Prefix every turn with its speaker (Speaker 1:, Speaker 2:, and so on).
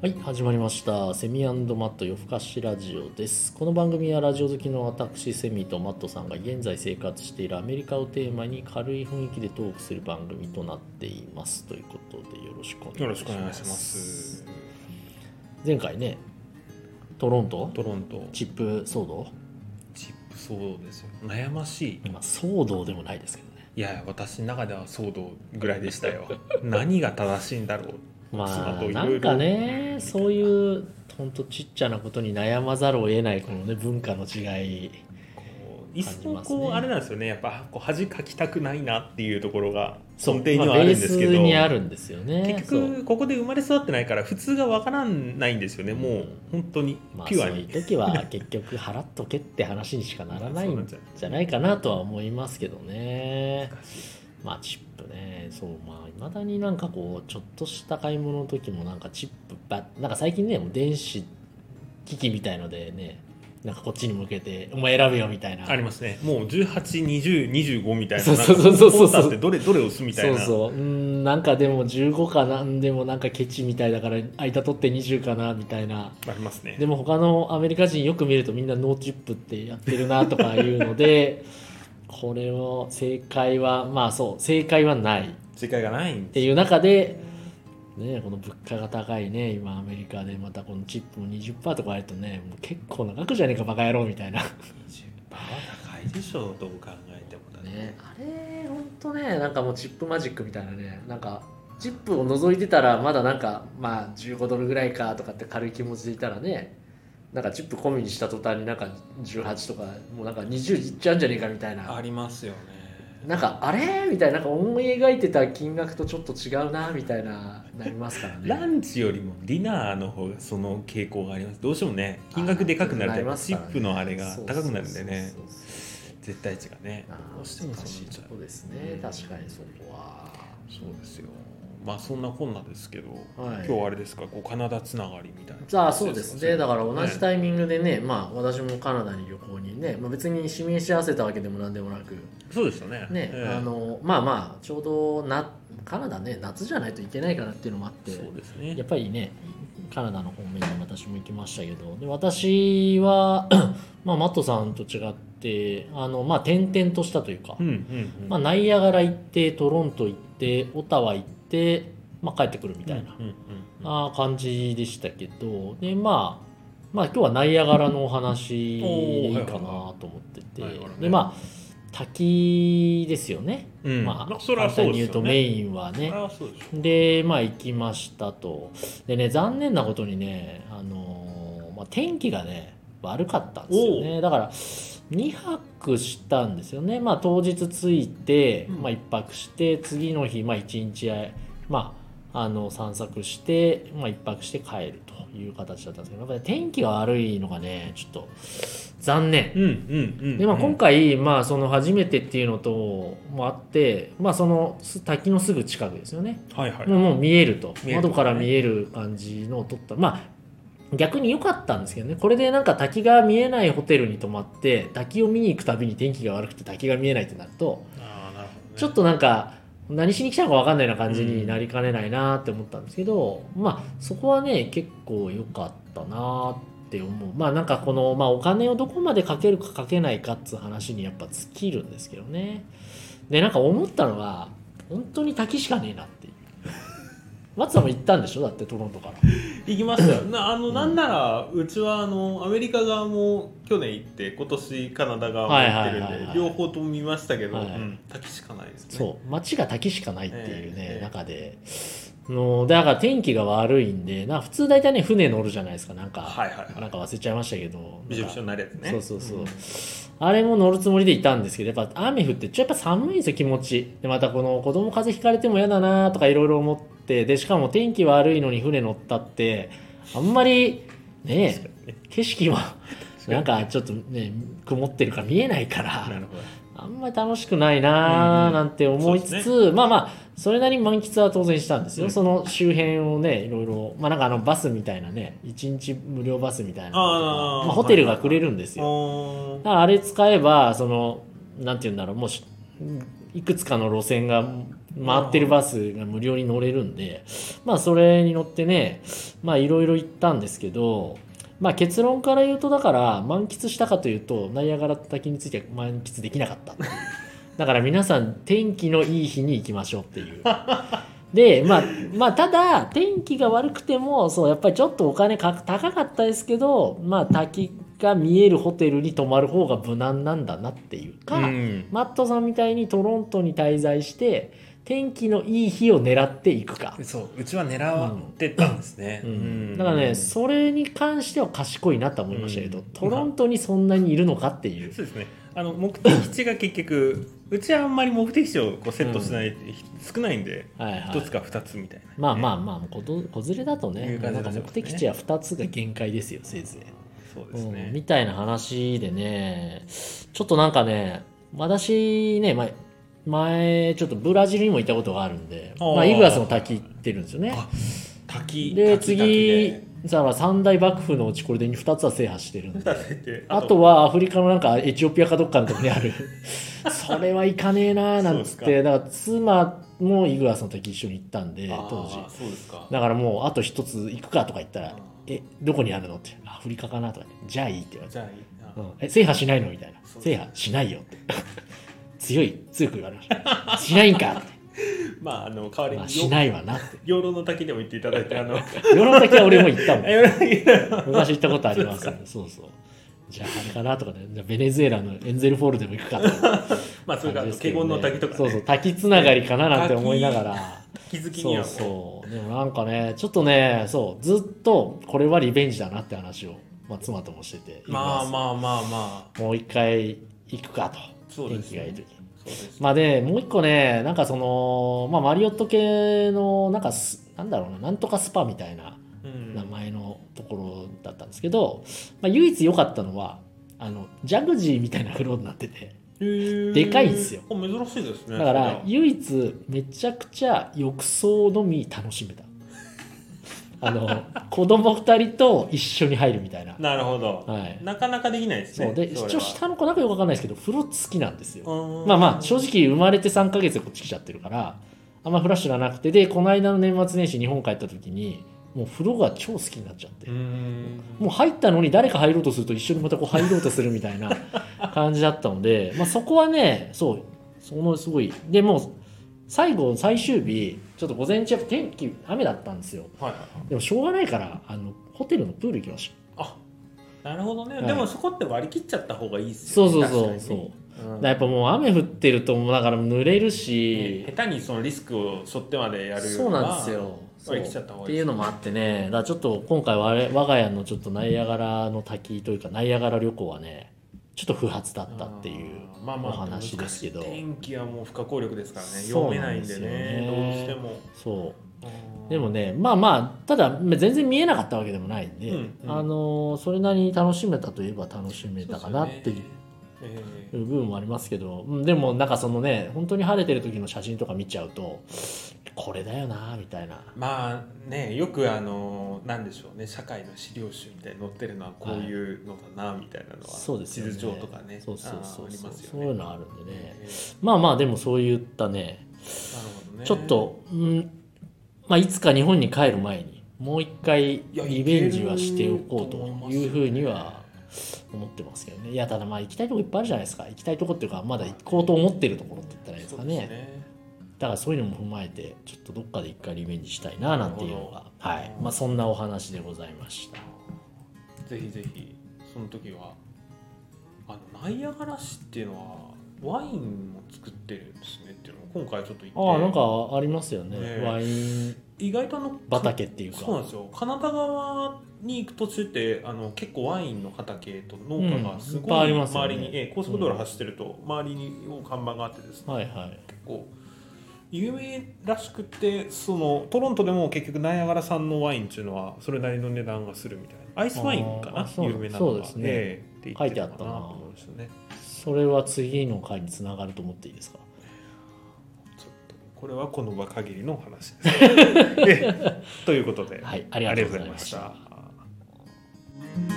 Speaker 1: はい始まりましたセミマット夜更かしラジオですこの番組はラジオ好きの私セミとマットさんが現在生活しているアメリカをテーマに軽い雰囲気でトークする番組となっていますということでよろしくお
Speaker 2: よ
Speaker 1: 願
Speaker 2: ろ
Speaker 1: い
Speaker 2: し
Speaker 1: し
Speaker 2: くお願い
Speaker 1: ます
Speaker 2: します。
Speaker 1: 前回ねトロント
Speaker 2: トロント
Speaker 1: チップ騒動、
Speaker 2: チップ騒動ですよ。悩ましい。
Speaker 1: まあ、騒動でもないですけどね
Speaker 2: いや私の中では騒動ぐらいでした よ。何が正しいんだろう。
Speaker 1: ま
Speaker 2: 妻
Speaker 1: あ
Speaker 2: とい
Speaker 1: な
Speaker 2: ろいろ
Speaker 1: んかねそういうほんとちっちゃなことに悩まざるを得ないこのね文化の違い
Speaker 2: こういっそ
Speaker 1: 感じます
Speaker 2: こ
Speaker 1: ね
Speaker 2: うあれなんですよね。やっぱこう恥かきたくないなっていうところが
Speaker 1: そう
Speaker 2: 根底にはあるんですけ
Speaker 1: まあベース
Speaker 2: ど。
Speaker 1: にあるんですよね
Speaker 2: 結
Speaker 1: そう
Speaker 2: 局ここで生まれ育ってないから普通がわからないんですよね。もう本当に
Speaker 1: まあ、
Speaker 2: ピュア
Speaker 1: そうい
Speaker 2: に。
Speaker 1: う時は結局払っとけって話にしかならない
Speaker 2: そうなんっちゃう
Speaker 1: じゃないかなとは思いますけどね
Speaker 2: 難しい
Speaker 1: まあチップねそうまあいまだになんかこうちょっとした買い物の時もなんかチップばなんか最近ねもう電子機器みたいのでねなんかこっちに向けてお前選べよみたいな
Speaker 2: ありますね。もう182025みたいな。
Speaker 1: そうそうそうそうそう
Speaker 2: なんかコータってどれどれを押すみたいな。
Speaker 1: そうそううーんなんかでも15かなんでもなんかケチみたいだから間取って20かなみたいな
Speaker 2: ありますね
Speaker 1: で。も他のアメリカ人よく見るとみんなノーチップってやってるなとかいうのでこれを正解はまあそう正解はないっ
Speaker 2: 正解がないんで
Speaker 1: ていう中で、ね、この物価が高いね今アメリカでまたこのチップも20%とかあるとねもう結構長くじゃねえかバカ野郎みたいな
Speaker 2: バは高いでしょうどう考えてもだ
Speaker 1: ねあれほんとねなんかもうチップマジックみたいなねなんかチップを除いてたらまだなんかまあ15ドルぐらいかとかって軽い気持ちでいたらねなんかチップ込みにした途端になんか18とかもうなんか20いっちゃうんじゃねえかみたい
Speaker 2: あ
Speaker 1: な
Speaker 2: りますよね
Speaker 1: なんかあれみたいななんか思い描いてた金額とちょっと違うなみたいななりますからね
Speaker 2: ランチよりもディナーの方がその傾向がありますどうしてもね金額でかく
Speaker 1: あ
Speaker 2: な
Speaker 1: ーな
Speaker 2: る
Speaker 1: り
Speaker 2: と
Speaker 1: ます
Speaker 2: チ
Speaker 1: からね
Speaker 2: ップのあれが高くなるんでね
Speaker 1: そうそうそうそう
Speaker 2: 絶対値がね
Speaker 1: あー
Speaker 2: どうしてもそ
Speaker 1: 難
Speaker 2: の
Speaker 1: しいとこですね確かにそこは
Speaker 2: そうですよまあそんなこんなですけど、
Speaker 1: はい
Speaker 2: 今日はあれですかこうカナダつながりみたいな
Speaker 1: じゃあそうですねだから同じ
Speaker 2: イ
Speaker 1: タイミングでね、まあ私もカナダに旅行にね、まあ、別に指名し合わせたわけでもなんでもなく
Speaker 2: プそうでしたね
Speaker 1: ね、
Speaker 2: ええ
Speaker 1: あのまあまあちょうどなカナダね夏じゃないといけないからっていうのもあって
Speaker 2: そうですね
Speaker 1: やっぱりねカナダの方面に私も行きましたけどで私は、 まあ、マットさんと違ってあのまあ転々としたというか、
Speaker 2: うんうんうん
Speaker 1: まあ、ナイアガラ行ってトロント行ってオタワ行って、まあ、帰ってくるみたいな。
Speaker 2: うんうんうん
Speaker 1: あー感じでしたけどで、まあ、まあ今日はナイアガラのお話でいいかなと思ってて、
Speaker 2: おーはいはいはいナイアガラね
Speaker 1: でまあ滝ですよね、
Speaker 2: うん
Speaker 1: まあ
Speaker 2: それは
Speaker 1: 簡
Speaker 2: そ
Speaker 1: 単
Speaker 2: う
Speaker 1: に言う
Speaker 2: ですよ
Speaker 1: と
Speaker 2: ね
Speaker 1: メインは
Speaker 2: そ
Speaker 1: ね
Speaker 2: れはそうでしょ
Speaker 1: でまあ行きましたとでね残念なことにね、あのーまあ、天気がね悪かったんですよねだから2泊したんですよね、まあ、当日着いて、
Speaker 2: うん
Speaker 1: まあ、1泊して次の日、まあ、1日あい、まあ、あの散策して、まあ、1泊して帰るという形だったんですけどやっぱり天気が悪いのがねちょっと残念
Speaker 2: う。んうんうんうん
Speaker 1: でまあ、今回、まあ、その初めてっていうのともあって、まあ、そのす滝のすぐ近くですよね、
Speaker 2: はいはい
Speaker 1: もうもう見えると
Speaker 2: 見えると
Speaker 1: 窓から見える感じのを撮ったまあ逆に良かったんですけどねこれでなんか滝が見えないホテルに泊まって滝を見に行くたびに天気が悪くて滝が見えないってなると、
Speaker 2: あーなるほどね
Speaker 1: ちょっとなんか何しに来たのか分かんないような感じ
Speaker 2: う
Speaker 1: に
Speaker 2: ん
Speaker 1: なりかねないなって思ったんですけど、まあそこはね結構良かったなって思うまあなんかこの、まあ、お金をどこまでかけるかかけないかっつう話にやっぱ尽きるんですけどねでなんか思ったのは本当に滝しかねえなっていう松さんも行ったんでしょだってトロントから
Speaker 2: 行きましたよなあの、
Speaker 1: うん
Speaker 2: なんならうちはあのアメリカ側も去年行って今年カナダ側も行ってるんで、
Speaker 1: はいはいはいはい
Speaker 2: 両方とも見ましたけど、
Speaker 1: はい
Speaker 2: うん、滝しかないですね
Speaker 1: そう街が滝しかないっていうね、
Speaker 2: ええ
Speaker 1: 中でのだから天気が悪いんでな普通大体ね船乗るじゃないですかなんか、
Speaker 2: はいはい
Speaker 1: な
Speaker 2: は
Speaker 1: んか忘れちゃいましたけど
Speaker 2: いびしょびしょになるやつね
Speaker 1: そうそうそう、
Speaker 2: ん
Speaker 1: あれも乗るつもりでいたんですけどやっぱ雨降ってちょっとやっぱ寒いんですよ気持ちでまたこの子供風邪ひかれても嫌だなとかいろいろ思ってでしかも天気悪いのに船乗ったってあんまりね景色もなんかちょっとね曇ってるから見えないから
Speaker 2: なるほど
Speaker 1: あんまり楽しくないな
Speaker 2: う
Speaker 1: ー
Speaker 2: ん
Speaker 1: なんて思いつつ、まあまあそれなりに満喫は当然したんですよ、
Speaker 2: うん
Speaker 1: その周辺をねいろいろまあなんかあのバスみたいなね一日無料バスみたいなのとか
Speaker 2: あー
Speaker 1: まあ、ホテルがくれるんですよ、
Speaker 2: おー
Speaker 1: だからあれ使えばそのなんて言うんだろうもうしいくつかの路線が回ってるバスが無料に乗れるんで、まあそれに乗ってね、まあいろいろ行ったんですけど、まあ結論から言うとだから満喫したかというと、ナイアガラ滝については満喫できなかったっていう。だから皆さん天気のいい日に行きましょうっていう。で、まあ、まあ、ただ、天気が悪くても、そう、やっぱりちょっとお金か高かったですけど、まあ、滝が見えるホテルに泊まる方が無難なんだなっていうか、
Speaker 2: うん
Speaker 1: マットさんみたいにトロントに滞在して天気のいい日を狙っていくか、
Speaker 2: そううちは狙ってたんですね、
Speaker 1: うんだからね
Speaker 2: そ
Speaker 1: それに関しては賢いなと思いましたけど、
Speaker 2: うん
Speaker 1: トロントにそんなにいるのかっていう
Speaker 2: う、ですねあの目的地が結局うちはあんまり目的地をこうセットしない、少ないんで
Speaker 1: はいは
Speaker 2: 一つ
Speaker 1: い、
Speaker 2: か二つみたいな、
Speaker 1: まあまあまあこと子連れだとね
Speaker 2: いう感
Speaker 1: な
Speaker 2: じ
Speaker 1: んか
Speaker 2: です
Speaker 1: 目
Speaker 2: よね
Speaker 1: 的地は2つが限界ですよせいぜい。
Speaker 2: そうですね、
Speaker 1: うんみたいな話でね、ちょっとなんかね、私ね、前、前ちょっとブラジルにも行ったことがあるんで、
Speaker 2: あー
Speaker 1: まあ、イグアスの滝行ってるんですよね。
Speaker 2: あ滝
Speaker 1: で、
Speaker 2: 滝滝
Speaker 1: 次
Speaker 2: で、
Speaker 1: さあ三大幕府のうちこれで2つは制覇してるんで。
Speaker 2: 立て て
Speaker 1: あとはアフリカのなんかエチオピアかどっかのとこにあ るそれはいかねえなーなんつっ
Speaker 2: そうで
Speaker 1: てだから妻もイグアスの滝一緒に行ったんで
Speaker 2: あー
Speaker 1: 当時
Speaker 2: そうですか
Speaker 1: だからもうあと一つ行くかとか言ったら
Speaker 2: あー
Speaker 1: 「えどこにあるの?」って「アフリカかな?」とか言って「じゃあいい」って言われて
Speaker 2: じゃあいいな、
Speaker 1: うん、え制覇しないのみたいな
Speaker 2: そう
Speaker 1: 制覇しないよ って強い強く言われましたしないんかっ
Speaker 2: まああの代
Speaker 1: て、
Speaker 2: わり
Speaker 1: まあ、
Speaker 2: に
Speaker 1: しないわなって
Speaker 2: 養老の滝でも行っていただい てあの
Speaker 1: 世の中は俺も行ったもん
Speaker 2: 養老の滝
Speaker 1: 昔行ったことありますねそうそうじゃああれかなとかねじゃあベネズエラのエンゼルフォールでも行くかとか
Speaker 2: まあそれか
Speaker 1: 感じ
Speaker 2: らあと
Speaker 1: ですけ
Speaker 2: 華
Speaker 1: ど
Speaker 2: 厳
Speaker 1: ね
Speaker 2: の滝とか、ね、
Speaker 1: そうそう滝つながりかななんて思いながら
Speaker 2: 気づき
Speaker 1: そ
Speaker 2: には
Speaker 1: う
Speaker 2: もう
Speaker 1: そうでもなんかねちょっとねそうずっとこれはリベンジだなって話を、まあ、妻ともしてて
Speaker 2: まあまあまあまあ
Speaker 1: もう一回行くかと
Speaker 2: そう
Speaker 1: 天
Speaker 2: です
Speaker 1: 気が
Speaker 2: ね
Speaker 1: いい時に。
Speaker 2: そうです
Speaker 1: まあで、もう一個ね、なんかその、まあマリオット系の、なんかす、なんだろうな、なんとかスパみたいな
Speaker 2: うん
Speaker 1: 名前のところだったんですけど、まあ唯一良かったのは、あの、ジャグジーみたいな風呂になってて、
Speaker 2: へー
Speaker 1: でかいんすよ
Speaker 2: あ珍しいですね
Speaker 1: だか
Speaker 2: それ
Speaker 1: ら
Speaker 2: は
Speaker 1: 唯一めちゃくちゃ浴槽のみ楽しめた。 あの、子供二人と一緒に入るみたいな。
Speaker 2: なるほど、
Speaker 1: はい。
Speaker 2: なかなかできないですね
Speaker 1: そう。で、
Speaker 2: そ
Speaker 1: 一
Speaker 2: れ
Speaker 1: 応
Speaker 2: は
Speaker 1: 下の子なんかよくわかんないですけど、風呂付きなんですよ。
Speaker 2: うん
Speaker 1: まあまあ正直生まれて3ヶ月でこっち来ちゃってるからあんまフラッシュがなくてでこの間の年末年始日本帰った時にもう風呂が超好きになっちゃって、
Speaker 2: うん
Speaker 1: もう入ったのに誰か入ろうとすると一緒にまたこう入ろうとするみたいな感じだったので、まあ、そこはねそうそのすごいでもう最後最終日ちょっと午前中やっぱ天気雨だったんですよ
Speaker 2: はい
Speaker 1: でもしょうがないからあのホテルのプール行きました
Speaker 2: あなるほどね、
Speaker 1: はい
Speaker 2: でもそこって割り切っちゃった方がいいっす
Speaker 1: そ
Speaker 2: よ
Speaker 1: うそ
Speaker 2: ね
Speaker 1: うそう
Speaker 2: 確
Speaker 1: そ
Speaker 2: か
Speaker 1: う
Speaker 2: にね
Speaker 1: だ
Speaker 2: うん
Speaker 1: からやっぱもう雨降ってるともうだから濡れるし、
Speaker 2: ね下手にそのリスクを背負ってまでやるよりは
Speaker 1: そうなんですよ。そう
Speaker 2: 割り切っちゃった方
Speaker 1: っ
Speaker 2: が
Speaker 1: て
Speaker 2: い
Speaker 1: い
Speaker 2: いで
Speaker 1: う
Speaker 2: す
Speaker 1: のもあってね、だからちょっと今回我々我が家のちょっとナイアガラの滝というかナイアガラ旅行はね、ちょっと不発だったっていう。
Speaker 2: あーまあまあ
Speaker 1: お話ですけど
Speaker 2: 難しい天気はもう不可抗力ですからね
Speaker 1: そう
Speaker 2: 読め
Speaker 1: な
Speaker 2: なんい
Speaker 1: で
Speaker 2: ん
Speaker 1: す
Speaker 2: で
Speaker 1: よね
Speaker 2: ねどうしても
Speaker 1: そう。
Speaker 2: うん
Speaker 1: でもね、まあまあ、ただ全然見えなかったわけでもないんで、
Speaker 2: うんうん
Speaker 1: あのーそれなりに楽しめたといえば楽しめ
Speaker 2: そうで
Speaker 1: た
Speaker 2: す
Speaker 1: か
Speaker 2: よね
Speaker 1: なっていう。
Speaker 2: ええ
Speaker 1: 部分もありますけど、うんでもなんかそのね本当に晴れてる時の写真とか見ちゃうとこれだよなみたいな
Speaker 2: まあねよくあのなんでしょうね社会の資料集みたいに載ってるのはこういうのだなみたいなのは、
Speaker 1: そうです
Speaker 2: 地
Speaker 1: よね
Speaker 2: 図上とかね
Speaker 1: そうそうそう
Speaker 2: あーあり
Speaker 1: そう、
Speaker 2: ます
Speaker 1: そう
Speaker 2: よね
Speaker 1: いうのあるんでね
Speaker 2: ええ
Speaker 1: まあまあでもそういったね
Speaker 2: なるほどね
Speaker 1: ちょっと、うんまあ、いつか日本に帰る前にもう一回
Speaker 2: いや
Speaker 1: リベンジはしておこ
Speaker 2: いけると思いう
Speaker 1: と
Speaker 2: ます
Speaker 1: い
Speaker 2: よ
Speaker 1: うふうには思ってますけどねいやただまあ行きたいとこいっぱいあるじゃないですか行きたいとこっていうかまだ行こうと思ってるところって言ったらいいですかね
Speaker 2: そうですね
Speaker 1: だからそういうのも踏まえてちょっとどっかで一回リベンジしたいななんていうのが、
Speaker 2: なるほど
Speaker 1: はいまあ、そんなお話でございました
Speaker 2: ぜひぜひその時はあのナイアガラ市っていうのはワインも作ってるんですねっていうのを今回ちょっと
Speaker 1: ああ
Speaker 2: 行
Speaker 1: な
Speaker 2: っ
Speaker 1: ん
Speaker 2: て
Speaker 1: かありますよね、
Speaker 2: ね
Speaker 1: ワイン
Speaker 2: 意外とあの
Speaker 1: 畑っていうか
Speaker 2: そうなんですよカナダ側に行く途中ってあの結構ワインの畑と農家がすご
Speaker 1: うんいっぱいあ
Speaker 2: い
Speaker 1: りますよね
Speaker 2: 周りに、ええ高速道路走ってると周りに看板があってですね
Speaker 1: はいはい
Speaker 2: 結構有名らしくてそのトロントでも結局ナイアガラ産のワインっていうのはそれなりの値段がするみたいなアイスワインか
Speaker 1: あー
Speaker 2: な
Speaker 1: そう
Speaker 2: 有名なの
Speaker 1: そう
Speaker 2: が
Speaker 1: ですね
Speaker 2: ええって言
Speaker 1: 書いてあったな
Speaker 2: と思うんですよね
Speaker 1: それは次の回につながると思っていいですか
Speaker 2: ちょっとこれはこの場限りのお話です、 ええということで、
Speaker 1: はいありがとうございました
Speaker 2: ありがとうございました